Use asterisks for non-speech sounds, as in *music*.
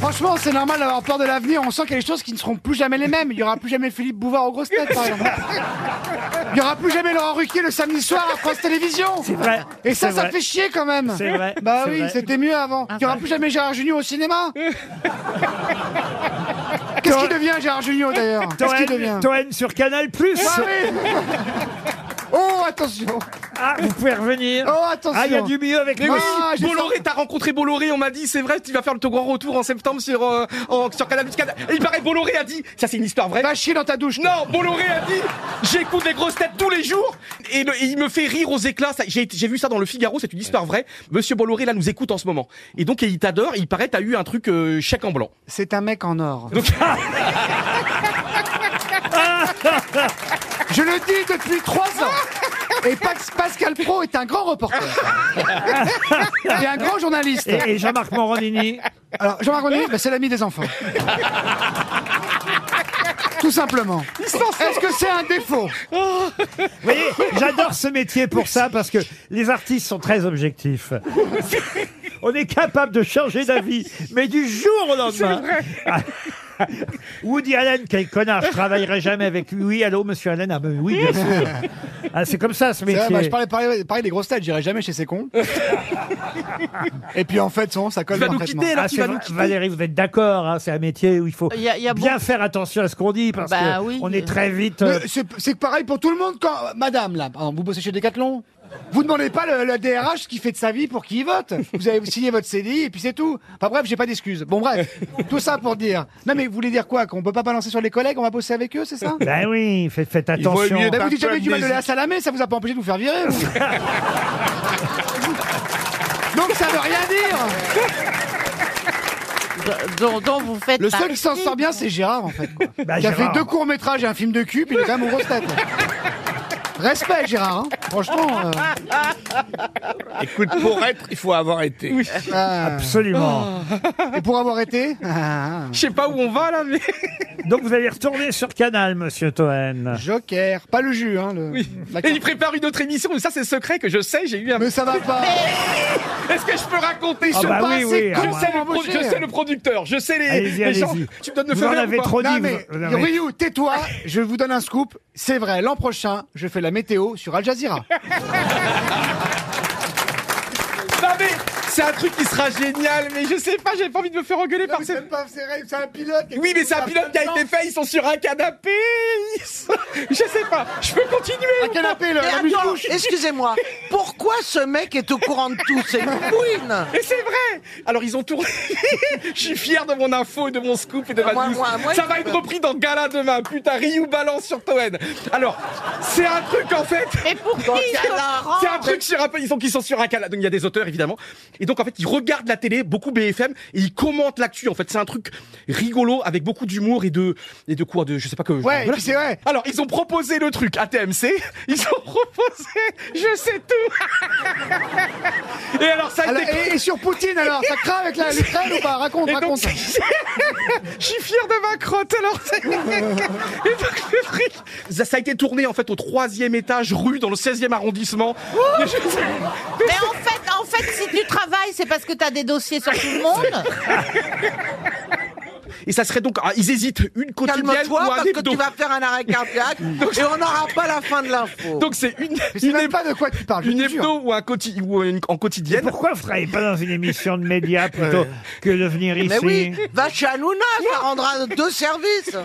franchement, c'est normal d'avoir peur de l'avenir. On sent qu'il y a des choses qui ne seront plus jamais les mêmes. Il n'y aura plus jamais Philippe Bouvard aux grosses têtes, par exemple. Il n'y aura plus jamais Laurent Ruquier le samedi soir à France Télévisions. C'est vrai. Et ça, C'est ça vrai. fait chier quand même. C'est vrai, Bah c'est oui, vrai. Ah c'était mieux avant. Il n'y aura plus jamais Gérard Junior au cinéma. Qu'est-ce qui devient Gérard Junior d'ailleurs Qu'est-ce qui devient Toen, Toen sur Canal Plus. Ah oui Oh, attention Ah, vous pouvez revenir. Oh, attention Ah, il y a du mieux avec Mais moi. oui, Ah, j'ai Bolloré, t'as rencontré Bolloré, on m'a dit, c'est vrai, tu vas faire ton grand retour en septembre sur, euh, en- sur Canal+. Canal- Et Il paraît, Bolloré a dit, ça c'est une histoire vraie. Va chier dans ta douche. Non, Bolloré a dit, j'écoute les grosses têtes tous les jours et, le- et il me fait rire aux éclats. Ça, J'ai j'ai vu ça dans le Figaro, c'est une histoire vraie. Monsieur Bolloré, là, nous écoute en ce moment. Et donc, il t'adore, il paraît, t'as eu un truc euh, chèque en blanc. C'est un mec en *laughs* or. Donc, Je le dis depuis trois ans. Et Pax- Pascal Pro est un grand reporter. Et un grand journaliste. Et, et Jean-Marc Morandini. Alors, Jean-Marc René, bah, c'est l'ami des enfants. Tout simplement. Est-ce que c'est un défaut Vous voyez, j'adore ce métier pour ça parce que les artistes sont très objectifs. *laughs* On est capable de changer d'avis, mais du jour au lendemain. *laughs* Woody Allen, quel connard, je travaillerai jamais avec lui. Oui, allô, monsieur Allen Ah, ben oui, *laughs* bien sûr. Ah, c'est comme ça, ce C'est métier. vrai, bah, Je parlais pareil, pareil des grosses têtes, j'irai jamais chez ces cons. Et puis en fait, non, ça colle Tu vas nous parfaitement. quitter, là, Ah, tu c'est vas vrai, nous quitter. Valérie, vous êtes d'accord, hein, c'est un métier où il faut Il y a- il y a bien faire attention à ce qu'on dit parce Bah que oui. on est très vite. euh, Mais C'est c'est pareil pour tout le monde quand. Madame, là, pardon, vous bossez chez Decathlon Vous demandez pas le, le DRH ce qu'il fait de sa vie pour qui il vote. Vous avez signé votre CDI et puis c'est tout. Enfin bref, j'ai pas d'excuses. Bon *laughs* bref, tout ça pour dire. Non mais vous voulez dire quoi Qu'on peut pas balancer sur les collègues, on va bosser avec eux, c'est ça Ben oui, faites, faites attention. Bah, Vous dites jamais du mal de la Salamé, ça vous a pas empêché de vous faire virer *laughs* vous. Donc ça veut rien dire dont, dont vous faites Le seul partie. qui s'en sort bien, c'est Gérard en fait. quoi. Bah, Il a Gérard. fait deux courts-métrages et un film de cul, puis il est quand même en grosse tête. *laughs* Respect, Gérard. hein. Franchement. euh, Écoute, pour être, il faut avoir été. Ah, euh, Absolument. et pour avoir *laughs* été. ah, je sais pas où on va là, mais Oh. Donc vous allez retourner sur Canal, monsieur Toen. Joker. Pas le jus, hein. Le... la et *laughs* carte. il prépare une autre émission. Mais ça, c'est secret que je sais. J'ai eu un. Mais ça va pas. Est-ce que je peux raconter Ah ce Ils sont bah pas oui, assez oui, cons ah pour bah. Je sais, le pro- m'embaucher. je sais le producteur, je sais les, Allez-y, les gens. allez-y. Tu me donnes le Vous feu en vert ou avez pas trop dit. Non vous- mais, non, mais- Ryu, tais-toi, je vous donne un scoop. C'est vrai, l'an prochain, je fais la météo sur Al *laughs* Jazeera. Non, mais c'est un truc qui sera génial, mais je sais pas, j'ai pas envie de me faire engueuler par ces... c'est un pilote. Oui, mais c'est un pilote qui a été fait, ils sont sur un canapé. ils sont- *laughs* Je sais pas, je peux continuer. Un canapé, le- Mais la attends, mouche-bouche. excusez-moi, pourquoi ce mec est au courant de tout C'est une couine Et c'est vrai Alors ils ont tourné. *laughs* Je suis fier de mon info et de mon scoop et de ma Ah, Moi, news. moi, moi, Ça il- va être repris dans Gala demain. Putain, Ryu balance sur Toen. Alors, c'est un truc en fait. Et pour qui Donc, ce- alors, C'est un truc sur un peu, ils sont, qui sont sur un canal. Donc il y a des auteurs évidemment. Et donc en fait, ils regardent la télé, beaucoup BFM, et ils commentent l'actu. En fait, c'est un truc rigolo avec beaucoup d'humour et de et de quoi de je sais pas que. Ouais, et voilà. puis c'est vrai. Alors ils ont proposé le truc à TMC. Ils ont proposé, je sais tout. et alors ça a Alors, été. et, et sur Poutine, alors, ça craint avec la- l'Ukraine ou pas Raconte, Et donc, raconte. *laughs* je suis fier de ma crotte, alors *laughs* c'est- Et donc, le truc, ça, ça a été tourné en fait au troisième étage, rue, dans le 16e arrondissement. Mais je- Mais en fait, en fait, si tu travailles, c'est parce que t'as des dossiers sur tout le monde. Et ça serait donc, ah, ils hésitent, une quotidienne ou Calme-toi un parce que hebdo. tu vas faire un *laughs* arrêt cardiaque et on n'aura pas la fin de l'info. Donc c'est une, Je sais une, même heb- pas de quoi tu parles. je une te jure. hebdo ou, un quotidi- ou une- en Et quotidienne. pourquoi vous ne travaillez pas dans une émission de médias plutôt que de venir ici Mais oui, va chez Hanouna, ça rendra deux services.